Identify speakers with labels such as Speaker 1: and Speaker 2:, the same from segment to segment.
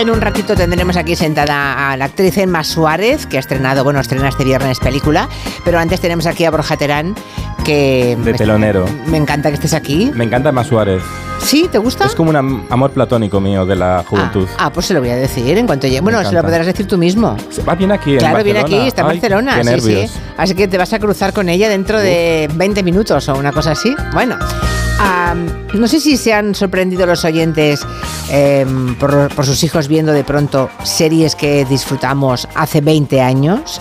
Speaker 1: en un ratito tendremos aquí sentada a la actriz Emma Suárez, que ha estrenado, bueno, estrena este viernes película, pero antes tenemos aquí a Borja Terán, que...
Speaker 2: De telonero.
Speaker 1: Me encanta que estés aquí.
Speaker 2: Me encanta más Suárez.
Speaker 1: ¿Sí? ¿Te gusta?
Speaker 2: Es como un am- amor platónico mío de la juventud.
Speaker 1: Ah, ah, pues se lo voy a decir en cuanto llegue. Bueno, se lo
Speaker 2: encanta.
Speaker 1: podrás decir tú mismo.
Speaker 2: Se va bien aquí en
Speaker 1: Claro, viene
Speaker 2: Barcelona.
Speaker 1: aquí, está en
Speaker 2: Ay,
Speaker 1: Barcelona, sí,
Speaker 2: qué
Speaker 1: sí.
Speaker 2: nervios.
Speaker 1: Así que te vas a cruzar con ella dentro de 20 minutos o una cosa así. Bueno, am, no sé si se han sorprendido los oyentes em, por, por sus hijos viendo de pronto series que disfrutamos hace 20 años.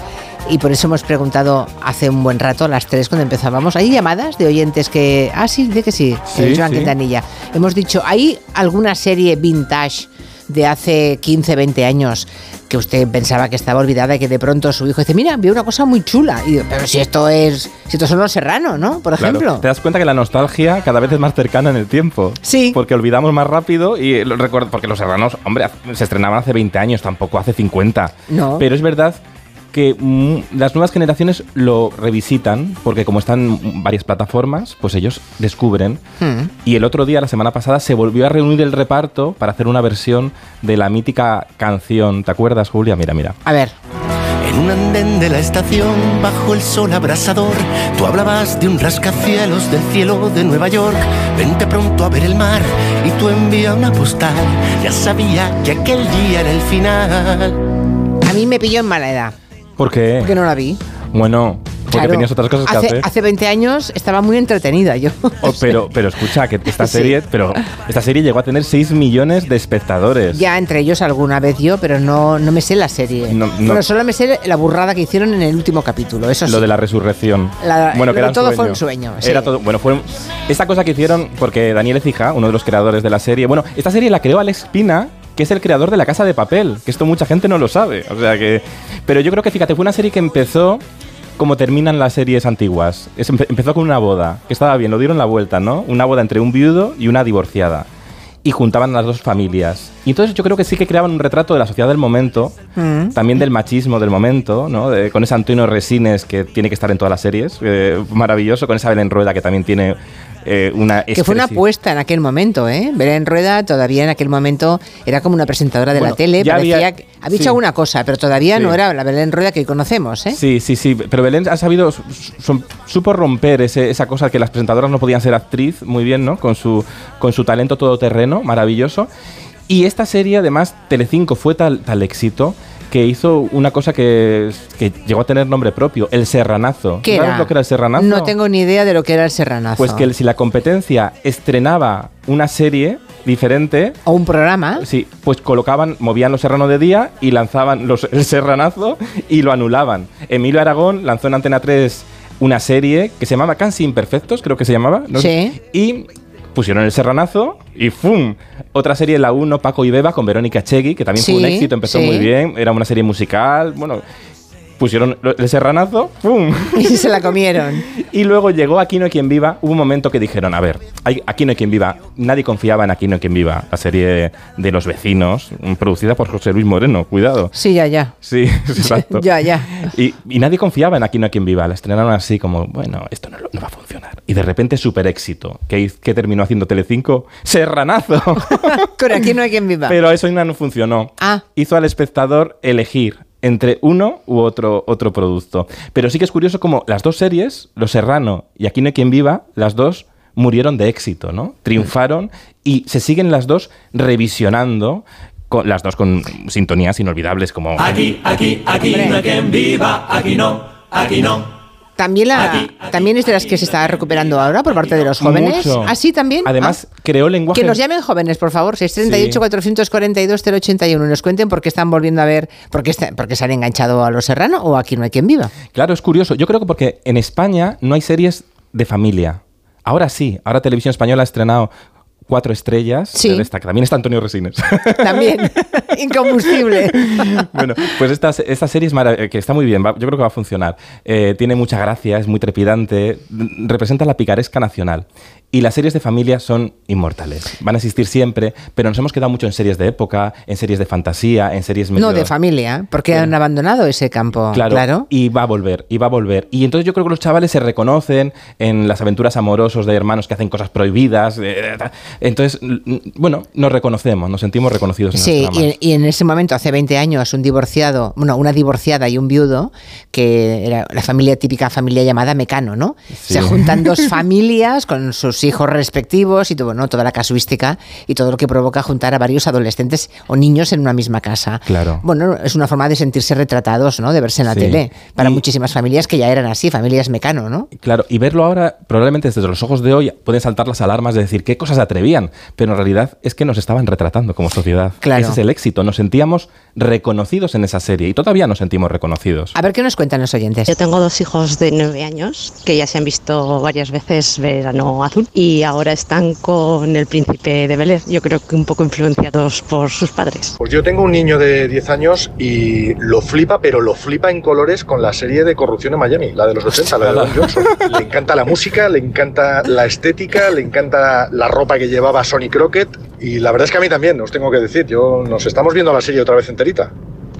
Speaker 1: Y por eso hemos preguntado hace un buen rato, a las 3 cuando empezábamos, ¿hay llamadas de oyentes que... Ah, sí, de que sí,
Speaker 2: Sí,
Speaker 1: el Joan
Speaker 2: sí.
Speaker 1: Quintanilla. Hemos dicho, ¿hay alguna serie vintage de hace 15, 20 años que usted pensaba que estaba olvidada y que de pronto su hijo dice, mira, vi una cosa muy chula? Y yo, pero si esto es, si esto son los serranos, ¿no? Por
Speaker 2: Claro,
Speaker 1: ejemplo.
Speaker 2: Te das cuenta que la nostalgia cada vez es más cercana en el tiempo.
Speaker 1: Sí.
Speaker 2: Porque olvidamos más rápido y lo recuerdo, porque Los Serranos, hombre, hace- se estrenaban hace 20 años, tampoco hace 50.
Speaker 1: No.
Speaker 2: Pero es verdad que mm, las nuevas generaciones lo revisitan porque como están en varias plataformas, pues ellos descubren.
Speaker 1: Mm.
Speaker 2: Y el otro día, la semana pasada, se volvió a reunir el reparto para hacer una versión de la mítica canción. ¿Te acuerdas, Julia? Mira, mira.
Speaker 1: A ver,
Speaker 3: En un andén de la estación, bajo el sol abrasador, tú hablabas de un rascacielos del cielo de Nueva York. Vente pronto a ver el mar y tú envía una postal. Ya sabía que aquel día era el final.
Speaker 1: a mí me pilló en mala edad,
Speaker 2: ¿Por qué?
Speaker 1: porque no la vi.
Speaker 2: Bueno, porque
Speaker 1: Claro.
Speaker 2: tenías otras cosas que
Speaker 1: hace,
Speaker 2: hacer.
Speaker 1: Hace 20 años estaba muy entretenida yo.
Speaker 2: Oh, pero, pero escucha, que esta
Speaker 1: Sí.
Speaker 2: serie, pero esta serie llegó a tener 6 millones de espectadores.
Speaker 1: Ya entre ellos alguna vez yo, pero no, no me sé la serie.
Speaker 2: No, no.
Speaker 1: Bueno, solo me sé la burrada que hicieron en el último capítulo. Eso
Speaker 2: Lo
Speaker 1: sí.
Speaker 2: de la resurrección.
Speaker 1: La-
Speaker 2: bueno, que
Speaker 1: lo-
Speaker 2: era
Speaker 1: todo fue un sueño, sí.
Speaker 2: Era todo. Bueno, fue un- esta cosa que hicieron porque Daniel Ecija, uno de los creadores de la serie. Bueno, esta serie la creó Alex Pina, que es el creador de La Casa de Papel. Que esto mucha gente no lo sabe. O sea que. Pero yo creo que fíjate, fue una serie que empezó como terminan las series antiguas. Es- empe- empezó con una boda, que estaba bien, lo dieron la vuelta, ¿no? Una boda entre un viudo y una divorciada. Y juntaban las dos familias. Y entonces yo creo que sí que creaban un retrato de la sociedad del momento, también del machismo del momento, ¿no? De- con ese Antonio Resines que tiene que estar en todas las series, eh, maravilloso, con esa Belén Rueda que también tiene eh, una...
Speaker 1: Que fue una
Speaker 2: expresi-
Speaker 1: apuesta en aquel momento, ¿eh? Belén Rueda todavía en aquel momento era como una presentadora de la
Speaker 2: Bueno,
Speaker 1: tele,
Speaker 2: ya
Speaker 1: parecía
Speaker 2: había-
Speaker 1: que ha dicho
Speaker 2: sí.
Speaker 1: alguna cosa, pero todavía
Speaker 2: Sí.
Speaker 1: no era la Belén Rueda que conocemos, ¿eh?
Speaker 2: Sí, sí, sí. Pero Belén ha sabido, su- su- supo romper ese- esa cosa que las presentadoras no podían ser actriz muy bien, ¿no? Con su, con su talento todoterreno, maravilloso. Y esta serie, además, Telecinco fue tal, tal éxito que hizo una cosa que, que llegó a tener nombre propio, el serranazo.
Speaker 1: ¿Qué
Speaker 2: ¿Sabes
Speaker 1: era?
Speaker 2: lo que era el serranazo?
Speaker 1: No tengo ni idea de lo que era el serranazo.
Speaker 2: Pues que el- si la competencia estrenaba una serie diferente,
Speaker 1: o un programa.
Speaker 2: Sí, pues colocaban, movían los serranos de día y lanzaban los, el serranazo y lo anulaban. Emilio Aragón lanzó en Antena 3 una serie que se llamaba Casi Imperfectos, creo que se llamaba. ¿no?
Speaker 1: Sí.
Speaker 2: Y pusieron el serranazo y ¡fum! Otra serie en la 1, Paco y Beba, con Verónica Chegui, que también fue un
Speaker 1: Sí,
Speaker 2: éxito, empezó
Speaker 1: sí.
Speaker 2: muy bien, era una serie musical, bueno... Pusieron lo- el serranazo, ¡pum!
Speaker 1: Y se la comieron.
Speaker 2: Y luego llegó Aquí no hay quien viva. Hubo un momento que dijeron, a ver, hay- Aquí no hay quien viva. Nadie confiaba en Aquí no hay quien viva, la serie de los vecinos, mm, producida por José Luis Moreno, cuidado.
Speaker 1: Sí, ya, ya.
Speaker 2: Sí, exacto.
Speaker 1: Ya, ya.
Speaker 2: Y, y nadie confiaba en Aquí no hay quien viva. La estrenaron así como, bueno, esto no, lo- no va a funcionar. Y de repente, super éxito. que que terminó haciendo Telecinco? ¡Serranazo!
Speaker 1: Con aquí no hay quien viva.
Speaker 2: Pero eso no funcionó.
Speaker 1: Ah.
Speaker 2: Hizo al espectador elegir entre uno u otro, otro producto. Pero sí que es curioso como las dos series, Los Serrano y Aquí no hay quien viva, las dos murieron de éxito, ¿no? Triunfaron y se siguen las dos revisionando, con, las dos con sintonías inolvidables como...
Speaker 1: Ah,
Speaker 4: Aquí, aquí, aquí
Speaker 1: Hombre.
Speaker 4: no hay quien viva, aquí no, aquí no.
Speaker 1: también, la, también es de las que se está recuperando ahora por parte de los jóvenes.
Speaker 2: Mucho.
Speaker 1: Así también.
Speaker 2: Además,
Speaker 1: Ah.
Speaker 2: creó lenguaje...
Speaker 1: Que nos llamen jóvenes, por favor, 638
Speaker 2: Sí.
Speaker 1: 442 081 y nos cuenten por qué están volviendo a ver, por qué, está- por qué se han enganchado a Los Serrano o aquí no hay quien viva.
Speaker 2: Claro, es curioso. Yo creo que porque en España no hay series de familia. Ahora sí, ahora Televisión Española ha estrenado cuatro estrellas.
Speaker 1: Sí.
Speaker 2: pero esta- que también está Antonio Resines.
Speaker 1: También, incombustible.
Speaker 2: bueno, pues esta, esta serie es marav- eh, que está muy bien, va- yo creo que va a funcionar. Eh, tiene mucha gracia, es muy trepidante, n- representa la picaresca nacional. Y las series de familia son inmortales. Van a existir siempre, pero nos hemos quedado mucho en series de época, en series de fantasía, en series medio-
Speaker 1: No, de familia, porque han abandonado ese campo.
Speaker 2: Claro, Y va a volver, y va a volver. Y entonces yo creo que los chavales se reconocen en las aventuras amorosas de hermanos que hacen cosas prohibidas. eh, ta- Entonces, mm, bueno, nos reconocemos, nos sentimos reconocidos en
Speaker 1: Sí,
Speaker 2: las tramas.
Speaker 1: y, y en ese momento, hace 20 años, un divorciado, bueno, una divorciada y un viudo, que era la familia típica familia llamada Mecano, ¿no?
Speaker 2: Sí.
Speaker 1: Se juntan dos familias con sus hijos respectivos y todo, ¿no? toda la casuística y todo lo que provoca juntar a varios adolescentes o niños en una misma casa.
Speaker 2: Claro.
Speaker 1: Bueno, es una forma de sentirse retratados, ¿no? De verse en la
Speaker 2: Sí.
Speaker 1: tele. Para
Speaker 2: Y-
Speaker 1: muchísimas familias que ya eran así, familias Mecano, ¿no?
Speaker 2: Claro, y verlo ahora, probablemente desde los ojos de hoy, pueden saltar las alarmas de decir qué cosas se atrevían, pero en realidad es que nos estaban retratando como sociedad.
Speaker 1: Claro.
Speaker 2: Ese es el éxito, nos sentíamos reconocidos en esa serie y todavía nos sentimos reconocidos.
Speaker 1: A ver qué nos cuentan los oyentes.
Speaker 5: Yo tengo dos hijos de nueve años que ya se han visto varias veces Verano Azul y ahora están con El Príncipe de Belén. Yo creo que un poco influenciados por sus padres.
Speaker 6: Pues yo tengo un niño de 10 años y lo flipa, pero lo flipa en colores con la serie de Corrupción en Miami, la de los 80, la de Don Johnson. Le encanta la música, le encanta la estética, le encanta la ropa que llevaba Sonny Crockett y la verdad es que a mí también, os tengo que decir, yo nos estamos viendo la serie otra vez enterita.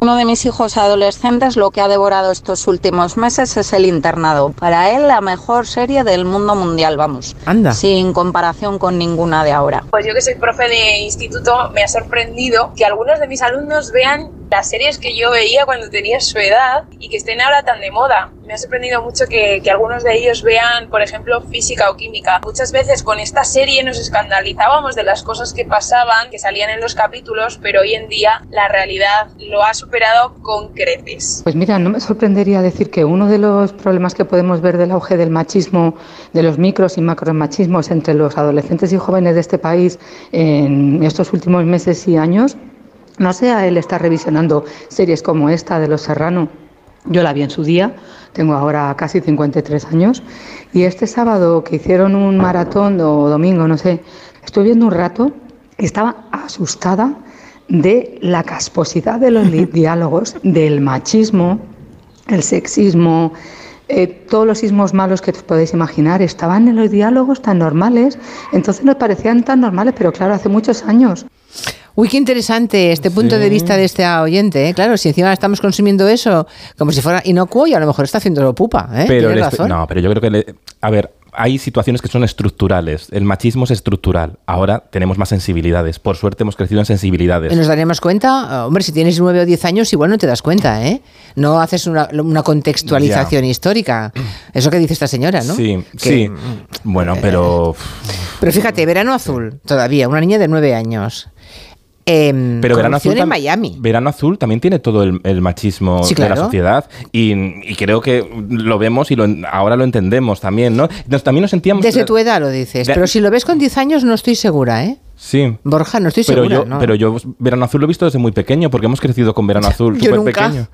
Speaker 7: Uno de mis hijos adolescentes lo que ha devorado estos últimos meses es El Internado. Para él la mejor serie del mundo mundial, vamos.
Speaker 1: Anda.
Speaker 7: Sin comparación con ninguna de ahora.
Speaker 8: Pues yo que soy profe de instituto, me ha sorprendido que algunos de mis alumnos vean las series que yo veía cuando tenía su edad y que estén ahora tan de moda. Me ha sorprendido mucho que, que algunos de ellos vean, por ejemplo, física o química. Muchas veces con esta serie nos escandalizábamos de las cosas que pasaban, que salían en los capítulos, pero hoy en día la realidad lo ha superado con creces.
Speaker 9: Pues mira, no me sorprendería decir que uno de los problemas que podemos ver del auge del machismo, de los micros y macromachismos entre los adolescentes y jóvenes de este país en estos últimos meses y años, no sea él estar revisionando series como esta de Los Serrano. Yo la vi en su día, tengo ahora casi 53 años, y este sábado que hicieron un maratón o domingo, no sé, estuve viendo un rato y estaba asustada de la casposidad de los li- diálogos, del machismo, el sexismo, eh, todos los sismos malos que os podéis imaginar estaban en los diálogos tan normales, entonces nos parecían tan normales, pero claro, hace muchos años.
Speaker 1: Uy, qué interesante este punto de vista de este oyente. ¿eh? Claro, si encima estamos consumiendo eso como si fuera inocuo y a lo mejor está haciéndolo pupa. ¿eh?
Speaker 2: Pero
Speaker 1: Tienes
Speaker 2: el espe-
Speaker 1: razón.
Speaker 2: no, pero yo creo que le- a ver, hay situaciones que son estructurales. El machismo es estructural. Ahora tenemos más sensibilidades. Por suerte hemos crecido en sensibilidades.
Speaker 1: Y nos daremos cuenta, eh, hombre, si tienes nueve o diez años, igual no te das cuenta, ¿eh? No haces una, una contextualización histórica. Eso que dice esta señora, ¿no?
Speaker 2: Sí,
Speaker 1: Que- eh,
Speaker 2: sí. Bueno, pero
Speaker 1: Pero fíjate, verano azul, todavía, una niña de nueve años. Em,
Speaker 2: Pero Verano
Speaker 1: corrupción
Speaker 2: Azul,
Speaker 1: en
Speaker 2: tam-
Speaker 1: Miami.
Speaker 2: Verano Azul también tiene todo el, el machismo
Speaker 1: Sí,
Speaker 2: de
Speaker 1: claro.
Speaker 2: la sociedad y, y creo que lo vemos y lo en- ahora lo entendemos también, ¿no? Nos- también nos sentíamos...
Speaker 1: Desde tu edad lo dices.
Speaker 2: Ve-
Speaker 1: Pero si lo ves con 10 años, no estoy segura, ¿eh?
Speaker 2: Sí.
Speaker 1: Borja, no estoy
Speaker 2: Pero
Speaker 1: segura.
Speaker 2: yo,
Speaker 1: ¿no?
Speaker 2: pero yo Verano Azul lo he visto desde muy pequeño porque hemos crecido con Verano Azul
Speaker 1: Yo
Speaker 2: súper
Speaker 1: nunca.
Speaker 2: pequeño.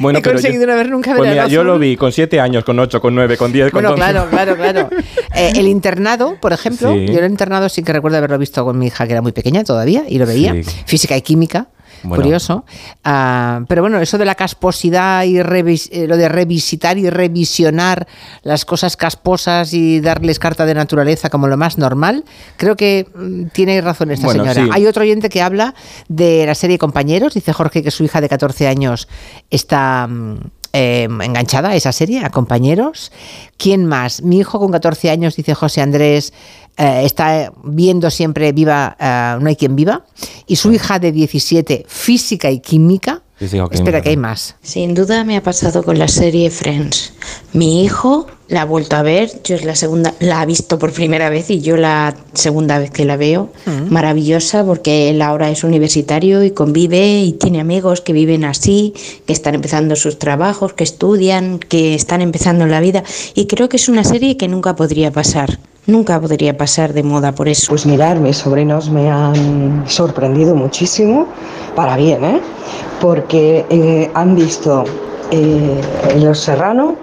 Speaker 2: Bueno,
Speaker 1: He
Speaker 2: pero
Speaker 1: conseguido
Speaker 2: yo,
Speaker 1: no ver nunca
Speaker 2: Pues
Speaker 1: Verano
Speaker 2: mira, yo lo
Speaker 1: Azul.
Speaker 2: vi con 7 años, con 8, con 9, con 10, con
Speaker 1: Bueno,
Speaker 2: 12.
Speaker 1: claro, claro, claro. Eh, el internado, por ejemplo,
Speaker 2: Sí.
Speaker 1: yo el internado sí que recuerdo haberlo visto con mi hija, que era muy pequeña todavía, y lo veía.
Speaker 2: Sí.
Speaker 1: Física y química.
Speaker 2: Bueno.
Speaker 1: Curioso. Ah, pero bueno, eso de la casposidad y revis- eh, lo de revisitar y revisionar las cosas casposas y darles carta de naturaleza como lo más normal, creo que mm, tiene razón esta
Speaker 2: Bueno,
Speaker 1: señora.
Speaker 2: sí.
Speaker 1: Hay otro oyente que habla de la serie Compañeros. Dice Jorge que su hija de 14 años está mm, eh, enganchada a esa serie, a Compañeros. ¿Quién más? Mi hijo con 14 años, dice José Andrés, eh, está viendo siempre Viva, eh, No hay quien viva. Y su hija de 17, Física y Química.
Speaker 2: Física o química,
Speaker 1: Espera, que hay
Speaker 2: ¿no?
Speaker 1: más.
Speaker 10: Sin duda me ha pasado con la serie Friends. Mi hijo la ha vuelto a ver, yo es la segunda, la ha visto por primera vez y yo la segunda vez que la veo. Maravillosa porque él ahora es universitario y convive y tiene amigos que viven así, que están empezando sus trabajos, que estudian, que están empezando la vida y creo que es una serie que nunca podría pasar. Nunca podría pasar de moda por eso.
Speaker 11: Pues mirar, mis sobrinos me han sorprendido muchísimo, para bien, ¿eh? Porque eh, han visto eh, Los Serrano,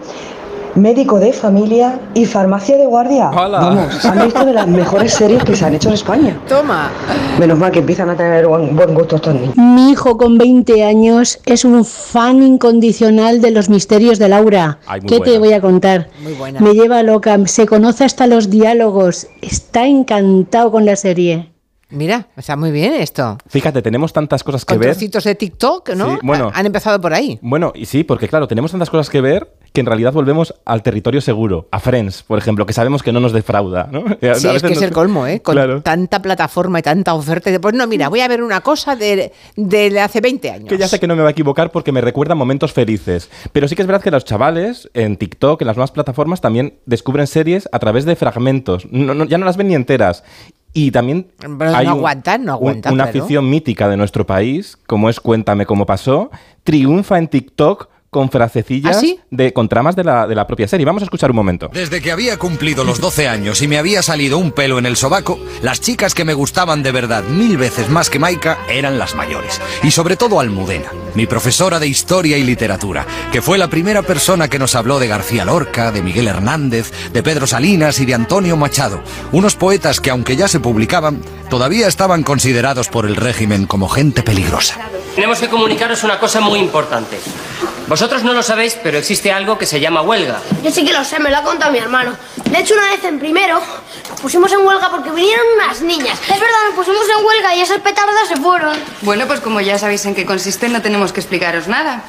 Speaker 12: médico de familia y farmacia de guardia.
Speaker 2: Hola.
Speaker 12: Vamos, han visto de las mejores series que se han hecho en España.
Speaker 1: Toma.
Speaker 12: Menos mal que empiezan a tener buen, buen gusto estos niños.
Speaker 10: Mi hijo con 20 años es un fan incondicional de los misterios de Laura.
Speaker 12: Ay, muy
Speaker 10: ¿Qué te
Speaker 12: buena.
Speaker 10: voy a contar?
Speaker 12: Muy buena.
Speaker 10: Me lleva loca, se conoce hasta los diálogos, está encantado con la serie.
Speaker 1: Mira, está muy bien esto.
Speaker 2: Fíjate, tenemos tantas cosas que
Speaker 1: Con
Speaker 2: ver.
Speaker 1: trocitos de TikTok, ¿no?
Speaker 2: Sí, bueno.
Speaker 1: Han empezado por ahí.
Speaker 2: Bueno, y sí, porque claro, tenemos tantas cosas que ver que en realidad volvemos al territorio seguro, a Friends, por ejemplo, que sabemos que no nos defrauda, ¿no? A
Speaker 1: Sí, es
Speaker 2: veces
Speaker 1: que es
Speaker 2: nos-
Speaker 1: el colmo, ¿eh? Con
Speaker 2: Claro.
Speaker 1: tanta plataforma y tanta oferta. y de, Pues no, mira, voy a ver una cosa de, de hace 20 años.
Speaker 2: Que ya sé que no me va a equivocar porque me recuerda momentos felices. Pero sí que es verdad que los chavales en TikTok, en las nuevas plataformas, también descubren series a través de fragmentos. No- no- ya no las ven ni enteras. Y también
Speaker 1: Pero
Speaker 2: hay
Speaker 1: no
Speaker 2: un-
Speaker 1: aguantan, no
Speaker 2: un-
Speaker 1: aguantan.
Speaker 2: una
Speaker 1: claro.
Speaker 2: afición mítica de nuestro país, como es Cuéntame cómo pasó, triunfa en TikTok con frasecillas
Speaker 13: ¿Ah, sí?
Speaker 2: de, con tramas de la, de la propia serie. Vamos a escuchar un momento.
Speaker 13: Desde que había cumplido los 12 años y me había salido un pelo en el sobaco, las chicas que me gustaban de verdad mil veces más que Maika eran las mayores. Y sobre todo Almudena, mi profesora de historia y literatura, que fue la primera persona que nos habló de García Lorca, de Miguel Hernández, de Pedro Salinas y de Antonio Machado. Unos poetas que aunque ya se publicaban, todavía estaban considerados por el régimen como gente peligrosa.
Speaker 14: Tenemos que comunicaros una cosa muy importante. Vosotros no lo sabéis, pero existe algo que se llama huelga.
Speaker 15: Yo sí que lo sé, me lo ha contado mi hermano. De hecho, una vez en primero nos pusimos en huelga porque vinieron unas niñas. Es verdad, nos pusimos en huelga y esas petardas se fueron.
Speaker 9: Bueno, pues como ya sabéis en qué consiste, no tenemos que explicaros nada.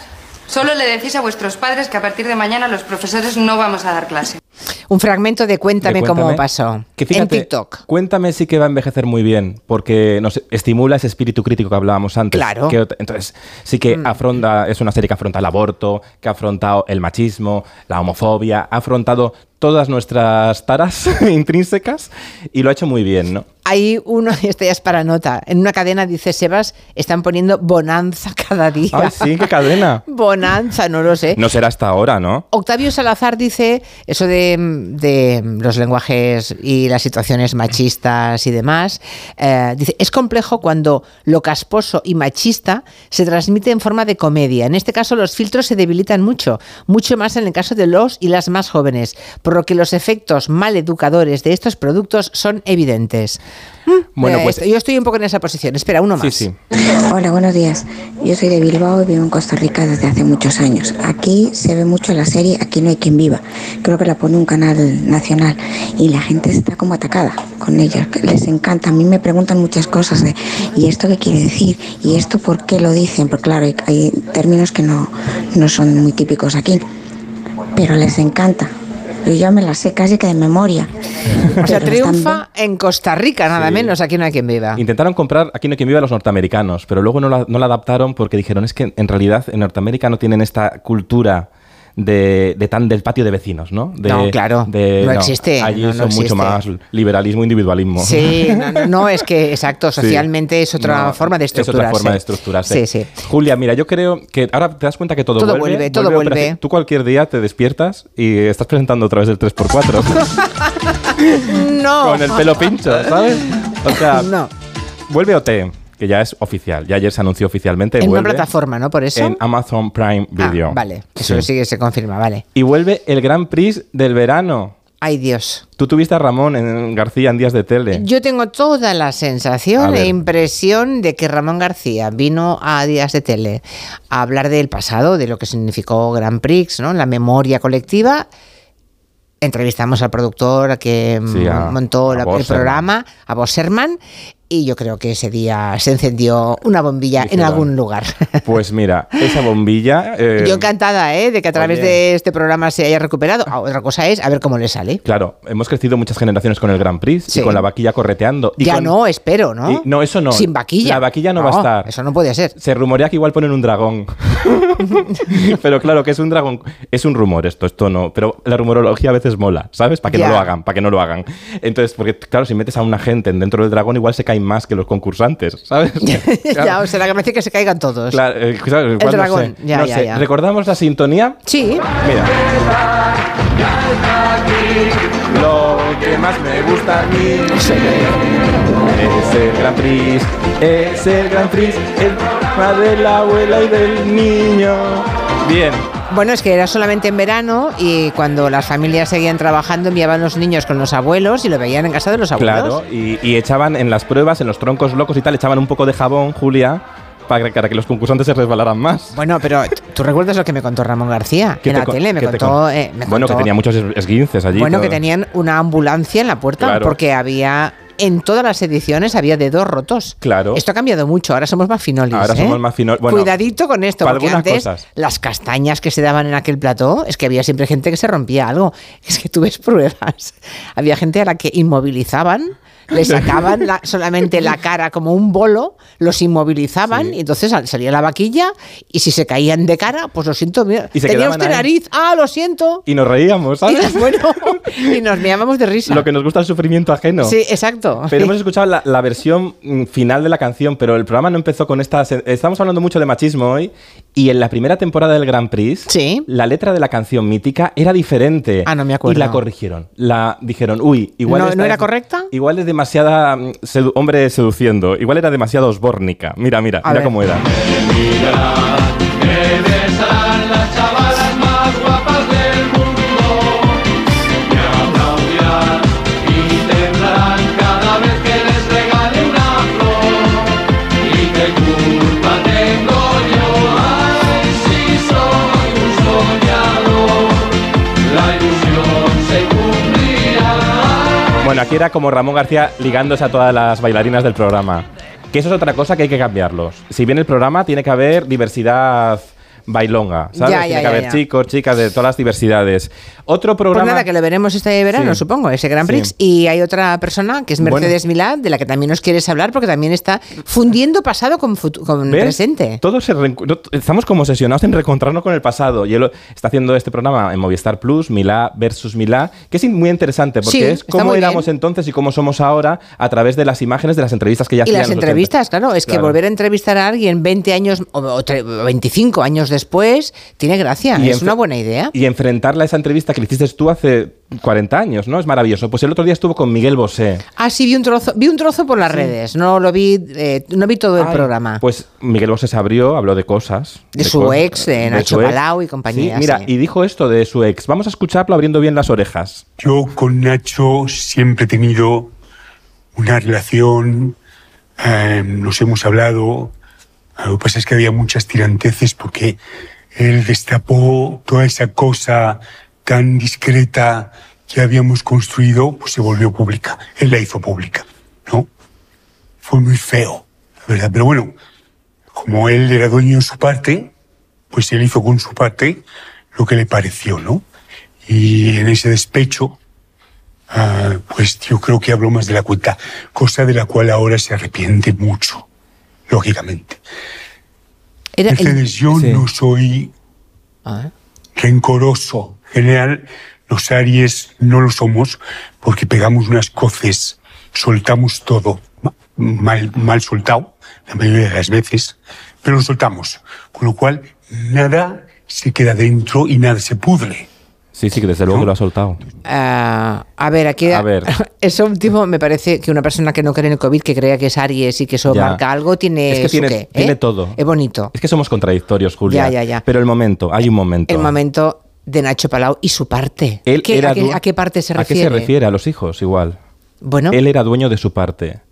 Speaker 9: Solo le decís a vuestros padres que a partir de mañana los profesores no vamos a dar clase.
Speaker 1: Un fragmento de Cuéntame,
Speaker 2: De
Speaker 1: cómo
Speaker 2: Cuéntame,
Speaker 1: pasó.
Speaker 2: Que fíjate,
Speaker 1: en TikTok.
Speaker 2: Cuéntame sí que va a envejecer muy bien, porque nos estimula ese espíritu crítico que hablábamos antes.
Speaker 1: Claro. Mm.
Speaker 2: Que ot- entonces, sí que afronta, es una serie que afronta el aborto, que ha afrontado el machismo, la homofobia, ha afrontado todas nuestras taras intrínsecas y lo ha hecho muy bien, ¿no?
Speaker 1: Hay uno, y esto ya es para nota. En una cadena dice Sebas, están poniendo bonanza cada día.
Speaker 2: Ay, sí, qué cadena.
Speaker 1: Bonanza, no lo sé.
Speaker 2: No será hasta ahora, ¿no?
Speaker 1: Octavio Salazar dice eso de, de los lenguajes y las situaciones machistas y demás. eh, dice, es complejo cuando lo casposo y machista se transmite en forma de comedia. En este caso los filtros se debilitan mucho, mucho más en el caso de los y las más jóvenes, por lo que los efectos maleducadores de estos productos son evidentes. Mm,
Speaker 8: Bueno,
Speaker 1: eh,
Speaker 8: pues-
Speaker 1: esto- yo estoy un poco en esa posición. Espera, uno más.
Speaker 8: Hola, buenos días. Yo soy de Bilbao y vivo en Costa Rica desde hace muchos años. Aquí se ve mucho la serie Aquí no hay quien viva. Creo que la pone un canal nacional y la gente está como atacada con ella. Les encanta. A mí me preguntan muchas cosas de ¿y esto qué quiere decir? ¿Y esto por qué lo dicen? Porque claro, hay, hay términos que no, no son muy típicos aquí, pero les encanta. Yo ya me la sé casi que de memoria.
Speaker 1: O sea,
Speaker 8: Pero están
Speaker 1: triunfa en Costa Rica, nada menos, aquí no hay quien viva.
Speaker 2: Intentaron comprar Aquí no hay quien viva a los norteamericanos, pero luego no la, no la adaptaron porque dijeron es que en realidad en Norteamérica no tienen esta cultura de, de tan del patio de vecinos, ¿no? De-
Speaker 1: No, claro,
Speaker 2: de-
Speaker 1: no existe,
Speaker 2: Allí
Speaker 1: no, no
Speaker 2: son mucho
Speaker 1: existe.
Speaker 2: más liberalismo, individualismo.
Speaker 1: Sí, no, no, no, es que, exacto,
Speaker 2: Sí.
Speaker 1: socialmente es otra
Speaker 2: No,
Speaker 1: forma de
Speaker 2: es otra
Speaker 1: estructurarse.
Speaker 2: forma de
Speaker 1: Sí,
Speaker 2: estructurarse.
Speaker 1: sí.
Speaker 2: Julia, mira, yo creo que ahora te das cuenta que todo,
Speaker 1: Todo vuelve, todo
Speaker 2: a operación.
Speaker 1: vuelve.
Speaker 2: Tú cualquier día te despiertas y estás presentando otra vez el 3x4
Speaker 1: no.
Speaker 2: con el pelo pincho, ¿sabes? O sea,
Speaker 1: No.
Speaker 2: vuelve OT, que ya es oficial. Ya ayer se anunció oficialmente.
Speaker 1: En una
Speaker 2: vuelve.
Speaker 1: plataforma, ¿no? Por eso.
Speaker 2: En Amazon Prime Video.
Speaker 1: Ah, vale, eso sí. que se confirma, vale.
Speaker 2: Y vuelve el Gran Prix del verano.
Speaker 1: Ay, Dios.
Speaker 2: Tú tuviste a Ramón en García en días de tele.
Speaker 1: Yo tengo toda la
Speaker 2: A
Speaker 1: sensación
Speaker 2: ver.
Speaker 1: e impresión de que Ramón García vino a Días de Tele a hablar del pasado, de lo que significó Grand Prix, ¿no? La memoria colectiva. Entrevistamos al productor que
Speaker 2: Sí, a-
Speaker 1: montó
Speaker 2: a
Speaker 1: la- el
Speaker 2: Boserman.
Speaker 1: programa, a Boserman, y yo creo que ese día se encendió una bombilla en
Speaker 2: Dijeron,
Speaker 1: algún lugar.
Speaker 2: Pues mira, esa bombilla. eh,
Speaker 1: Yo encantada, ¿eh? De que a través
Speaker 2: oye.
Speaker 1: de este programa se haya recuperado. Ah, Otra cosa es a ver cómo le sale.
Speaker 2: Claro, hemos crecido muchas generaciones con el Gran Prix
Speaker 1: Sí.
Speaker 2: y con la vaquilla correteando. Y
Speaker 1: ya
Speaker 2: con-
Speaker 1: no, espero, ¿no?
Speaker 2: y- no, eso no.
Speaker 1: Sin vaquilla.
Speaker 2: La vaquilla no, va a estar.
Speaker 1: Eso no puede ser.
Speaker 2: Se rumorea que igual ponen un dragón. pero claro, que es un dragón. Es un rumor esto, esto no. Pero la rumorología a veces mola, ¿sabes? Para que
Speaker 1: Ya.
Speaker 2: no lo hagan, para que no lo hagan. Entonces, porque claro, si metes a una gente dentro del dragón, igual se caen más que los concursantes, ¿sabes?
Speaker 1: ya, o sea, la gracia es que se caigan todos.
Speaker 2: Claro, eh, claro, igual no
Speaker 1: dragón,
Speaker 2: sé.
Speaker 1: ya,
Speaker 2: No
Speaker 1: ya,
Speaker 2: sé.
Speaker 1: ya.
Speaker 2: ¿Recordamos la sintonía?
Speaker 1: Sí.
Speaker 2: Mira. Lo que más me gusta a mí es el Gran Prix, es el Gran Prix, el programa de la abuela y del niño. Bien,
Speaker 1: Bueno, es que era solamente en verano y cuando las familias seguían trabajando enviaban los niños con los abuelos y lo veían en casa de los abuelos.
Speaker 2: Claro, y, y echaban en las pruebas, en los troncos locos y tal, echaban un poco de jabón, Julia, para que, para que los concursantes se resbalaran más.
Speaker 1: Bueno, pero tú recuerdas lo que me contó Ramón García
Speaker 2: ¿Qué
Speaker 1: en
Speaker 2: te
Speaker 1: la
Speaker 2: con-
Speaker 1: tele, me
Speaker 2: qué te
Speaker 1: contó,
Speaker 2: con-
Speaker 1: eh, me
Speaker 2: bueno,
Speaker 1: contó-
Speaker 2: que tenía muchos es- esguinces allí.
Speaker 1: bueno, que
Speaker 2: todo.
Speaker 1: tenían una ambulancia en la puerta
Speaker 2: Claro.
Speaker 1: porque había en todas las ediciones había dedos rotos.
Speaker 2: Claro.
Speaker 1: Esto ha cambiado mucho, ahora somos más finolis.
Speaker 2: Ahora
Speaker 1: ¿eh?
Speaker 2: somos más fino- bueno,
Speaker 1: Cuidadito con esto,
Speaker 2: para
Speaker 1: porque
Speaker 2: algunas
Speaker 1: antes
Speaker 2: cosas.
Speaker 1: las castañas que se daban en aquel plató, es que había siempre gente que se rompía algo. Es que tú ves pruebas. Había gente a la que inmovilizaban. Le sacaban la- solamente la cara como un bolo, los inmovilizaban y entonces sal- salía la vaquilla y si se caían de cara, pues lo siento, mira,
Speaker 2: Y se
Speaker 1: tenía
Speaker 2: quedaban
Speaker 1: usted
Speaker 2: ahí.
Speaker 1: nariz, ah, lo siento.
Speaker 2: Y nos reíamos, ¿sabes?
Speaker 1: Y, bueno, y nos mirábamos de risa.
Speaker 2: Lo que nos gusta el sufrimiento ajeno.
Speaker 1: Sí, exacto.
Speaker 2: Pero hemos escuchado la, la versión mm, final de la canción, pero el programa no empezó con esta. se- Estamos hablando mucho de machismo hoy, y en la primera temporada del Grand Prix, la letra de la canción mítica era diferente.
Speaker 1: Ah, no me acuerdo.
Speaker 2: Y la corrigieron. La dijeron, uy, igual.
Speaker 1: ¿No-
Speaker 2: esta
Speaker 1: no era
Speaker 2: es-
Speaker 1: correcta?
Speaker 2: Igual es demasiada. mm, sedu- hombre seduciendo. Igual era demasiado osbórnica. Mira, mira,
Speaker 1: A
Speaker 2: mira
Speaker 1: ver.
Speaker 2: cómo era.
Speaker 4: Cada vez que les regale una flor y qué culpa tengo yo, ay si soy un soñador, la ilusión se cumplirá.
Speaker 2: Bueno, aquí era como Ramón García ligándose a todas las bailarinas del programa. Que eso es otra cosa que hay que cambiarlos. Si bien el programa tiene que haber diversidad bailonga, ¿sabes?
Speaker 1: Ya,
Speaker 2: tiene
Speaker 1: ya,
Speaker 2: que
Speaker 1: ya,
Speaker 2: haber
Speaker 1: ya.
Speaker 2: chicos, chicas de todas las diversidades. Otro
Speaker 1: Pues
Speaker 2: programa
Speaker 1: nada, que lo veremos este verano,
Speaker 2: Sí.
Speaker 1: supongo, ese Gran
Speaker 2: Sí.
Speaker 1: Prix. Y hay otra persona que es
Speaker 2: Bueno.
Speaker 1: Mercedes Milá, de la que también nos quieres hablar, porque también está fundiendo pasado con, futu- con
Speaker 2: ¿Ves?
Speaker 1: presente.
Speaker 2: Todos se reencu- no- estamos como obsesionados en reencontrarnos con el pasado. Y él lo- está haciendo este programa en Movistar Plus, Milá versus Milá, que es in- muy interesante porque
Speaker 1: Sí,
Speaker 2: es
Speaker 1: está
Speaker 2: cómo
Speaker 1: muy
Speaker 2: éramos entonces y cómo somos ahora a través de las imágenes de las entrevistas que ya
Speaker 1: Y
Speaker 2: hacían en
Speaker 1: las
Speaker 2: los 80.
Speaker 1: entrevistas, claro, es que
Speaker 2: Claro.
Speaker 1: volver a entrevistar a alguien 20 años o, o tre- o 25 años después tiene gracia,
Speaker 2: Y
Speaker 1: es
Speaker 2: enf-
Speaker 1: una buena idea.
Speaker 2: Y enfrentarla a esa entrevista que le hiciste tú hace 40 años, ¿no? Es maravilloso. Pues el otro día estuvo con Miguel Bosé.
Speaker 1: Ah, sí, vi un trozo, vi un trozo por las redes, no lo vi, eh, no vi todo el
Speaker 2: Ay,
Speaker 1: programa.
Speaker 2: Pues Miguel Bosé se abrió, habló de cosas.
Speaker 1: De su ex, de Nacho
Speaker 2: su ex.
Speaker 1: Palau y compañía,
Speaker 2: Sí, mira,
Speaker 1: sí.
Speaker 2: y dijo esto de su ex. Vamos a escucharlo abriendo bien las orejas.
Speaker 13: Yo con Nacho siempre he tenido una relación, eh, nos hemos hablado. eh, Lo que pasa es que había muchas tiranteces porque él destapó toda esa cosa tan discreta que habíamos construido, pues se volvió pública. Él la hizo pública, ¿no? Fue muy feo, la verdad. Pero bueno, como él era dueño de su parte, pues él hizo con su parte lo que le pareció, ¿no? y en ese despecho, ah, pues yo creo que habló más de la cuenta, cosa de la cual ahora se arrepiente mucho, lógicamente.
Speaker 1: Era el-
Speaker 13: Mercedes, yo no soy rencoroso. En general, los Aries no lo somos porque pegamos unas coces, soltamos todo, ma- mal, mal soltado, la mayoría de las veces, pero lo soltamos. Con lo cual, nada se queda dentro y nada se pudre.
Speaker 2: Sí, sí, que desde luego que lo ha soltado.
Speaker 1: Ah, a ver, aquí
Speaker 2: A ver.
Speaker 1: eso último me parece que una persona que no cree en el COVID, que crea que es Aries y que eso
Speaker 2: Ya.
Speaker 1: marca algo, tiene
Speaker 2: es que
Speaker 1: su
Speaker 2: tiene,
Speaker 1: qué, ¿eh?
Speaker 2: tiene todo.
Speaker 1: Es bonito.
Speaker 2: Es que somos contradictorios, Julia.
Speaker 1: Ya, ya, ya.
Speaker 2: Pero el momento, hay un momento.
Speaker 1: El momento de Nacho Palau y su parte.
Speaker 2: Él
Speaker 1: ¿Qué-
Speaker 2: era
Speaker 1: a, qué,
Speaker 2: due-
Speaker 1: a qué parte se
Speaker 2: ¿A qué
Speaker 1: refiere?
Speaker 2: se refiere? A los hijos, igual.
Speaker 1: Bueno.
Speaker 2: Él era dueño de su parte.
Speaker 1: Mm.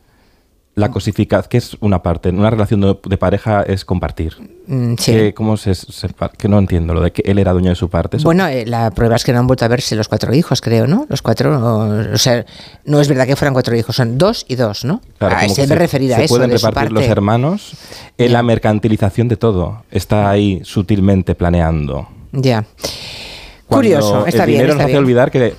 Speaker 2: La cosificación, que es una parte, en una relación de, de pareja es compartir.
Speaker 1: Mm, sí.
Speaker 2: Que, ¿Cómo se, separa? Que no entiendo lo de que él era dueño de su parte. eh, Eso-
Speaker 1: Bueno, eh, la prueba es que no han vuelto a verse los cuatro hijos, creo, ¿no? Los cuatro, o, o sea, no es verdad que fueran cuatro hijos, son dos y dos, ¿no?
Speaker 2: Claro,
Speaker 1: Ah,
Speaker 2: como
Speaker 1: se
Speaker 2: que
Speaker 1: me referir a
Speaker 2: se
Speaker 1: eso.
Speaker 2: pueden
Speaker 1: de su
Speaker 2: repartir los
Speaker 1: parte.
Speaker 2: hermanos. Eh, la mercantilización de todo está ahí sutilmente planeando.
Speaker 1: Ya.
Speaker 2: Cuando
Speaker 1: Curioso, está
Speaker 2: el
Speaker 1: bien.
Speaker 2: dinero
Speaker 1: está
Speaker 2: nos hace
Speaker 1: bien.
Speaker 2: olvidar que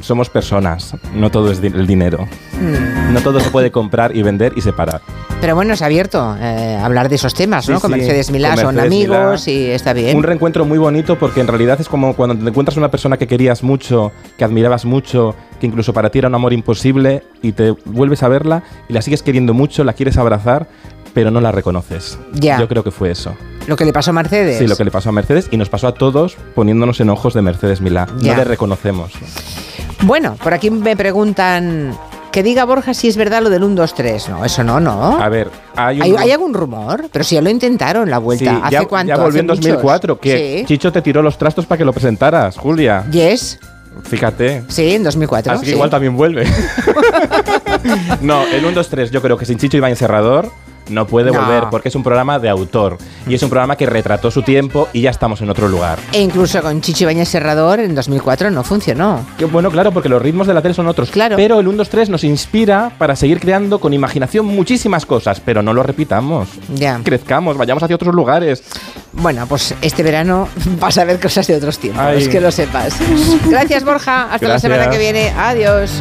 Speaker 2: somos personas, no todo es di- el dinero.
Speaker 1: Mm.
Speaker 2: No todo se puede comprar y vender y separar.
Speaker 1: Pero bueno, es abierto eh, hablar de esos temas,
Speaker 2: Sí,
Speaker 1: ¿no? Con
Speaker 2: sí,
Speaker 1: Mercedes Milá,
Speaker 2: con
Speaker 1: son
Speaker 2: Mercedes Milá.
Speaker 1: amigos y está bien.
Speaker 2: Un reencuentro muy bonito porque en realidad es como cuando te encuentras una persona que querías mucho, que admirabas mucho, que incluso para ti era un amor imposible y te vuelves a verla y la sigues queriendo mucho, la quieres abrazar, pero no la reconoces.
Speaker 1: Ya.
Speaker 2: Yo creo que fue eso.
Speaker 1: Lo que le pasó a Mercedes.
Speaker 2: Sí, lo que le pasó a Mercedes y nos pasó a todos poniéndonos en ojos de Mercedes Milá.
Speaker 1: Ya.
Speaker 2: No le reconocemos.
Speaker 1: Bueno, por aquí me preguntan Que diga Borja si es verdad lo del 1, 2, 3. No, eso no, no.
Speaker 2: A ver, hay un
Speaker 1: Ah. ¿Hay, hay algún rumor? Pero si ya lo intentaron la
Speaker 2: Sí,
Speaker 1: vuelta.
Speaker 2: ya,
Speaker 1: ¿Hace cuánto?
Speaker 2: ya volvió
Speaker 1: ¿Hace
Speaker 2: en
Speaker 1: muchos?
Speaker 2: 2004, que
Speaker 1: Sí.
Speaker 2: Chicho te tiró los trastos para que lo presentaras, Julia.
Speaker 1: Yes.
Speaker 2: Fíjate.
Speaker 1: Sí, en 2004.
Speaker 2: Así que
Speaker 1: sí.
Speaker 2: igual también vuelve. no, el 1, 2, 3, yo creo que sin Chicho Iván Encerrador no puede
Speaker 1: No.
Speaker 2: volver porque es un programa de autor y es un programa que retrató su tiempo y ya estamos en otro lugar.
Speaker 1: E incluso con Chicho Ibañez Serrador en 2004 no funcionó.
Speaker 2: Que bueno, claro, porque los ritmos de la tele son otros. Claro. Pero el 1, 2, 3 nos inspira para seguir creando con imaginación muchísimas cosas, pero no lo repitamos.
Speaker 1: Ya.
Speaker 2: Crezcamos, vayamos hacia otros lugares.
Speaker 1: Bueno, pues este verano vas a ver cosas de otros tiempos,
Speaker 2: Ay.
Speaker 1: que lo sepas. Gracias, Borja. Hasta
Speaker 2: Gracias.
Speaker 1: la semana que viene. Adiós.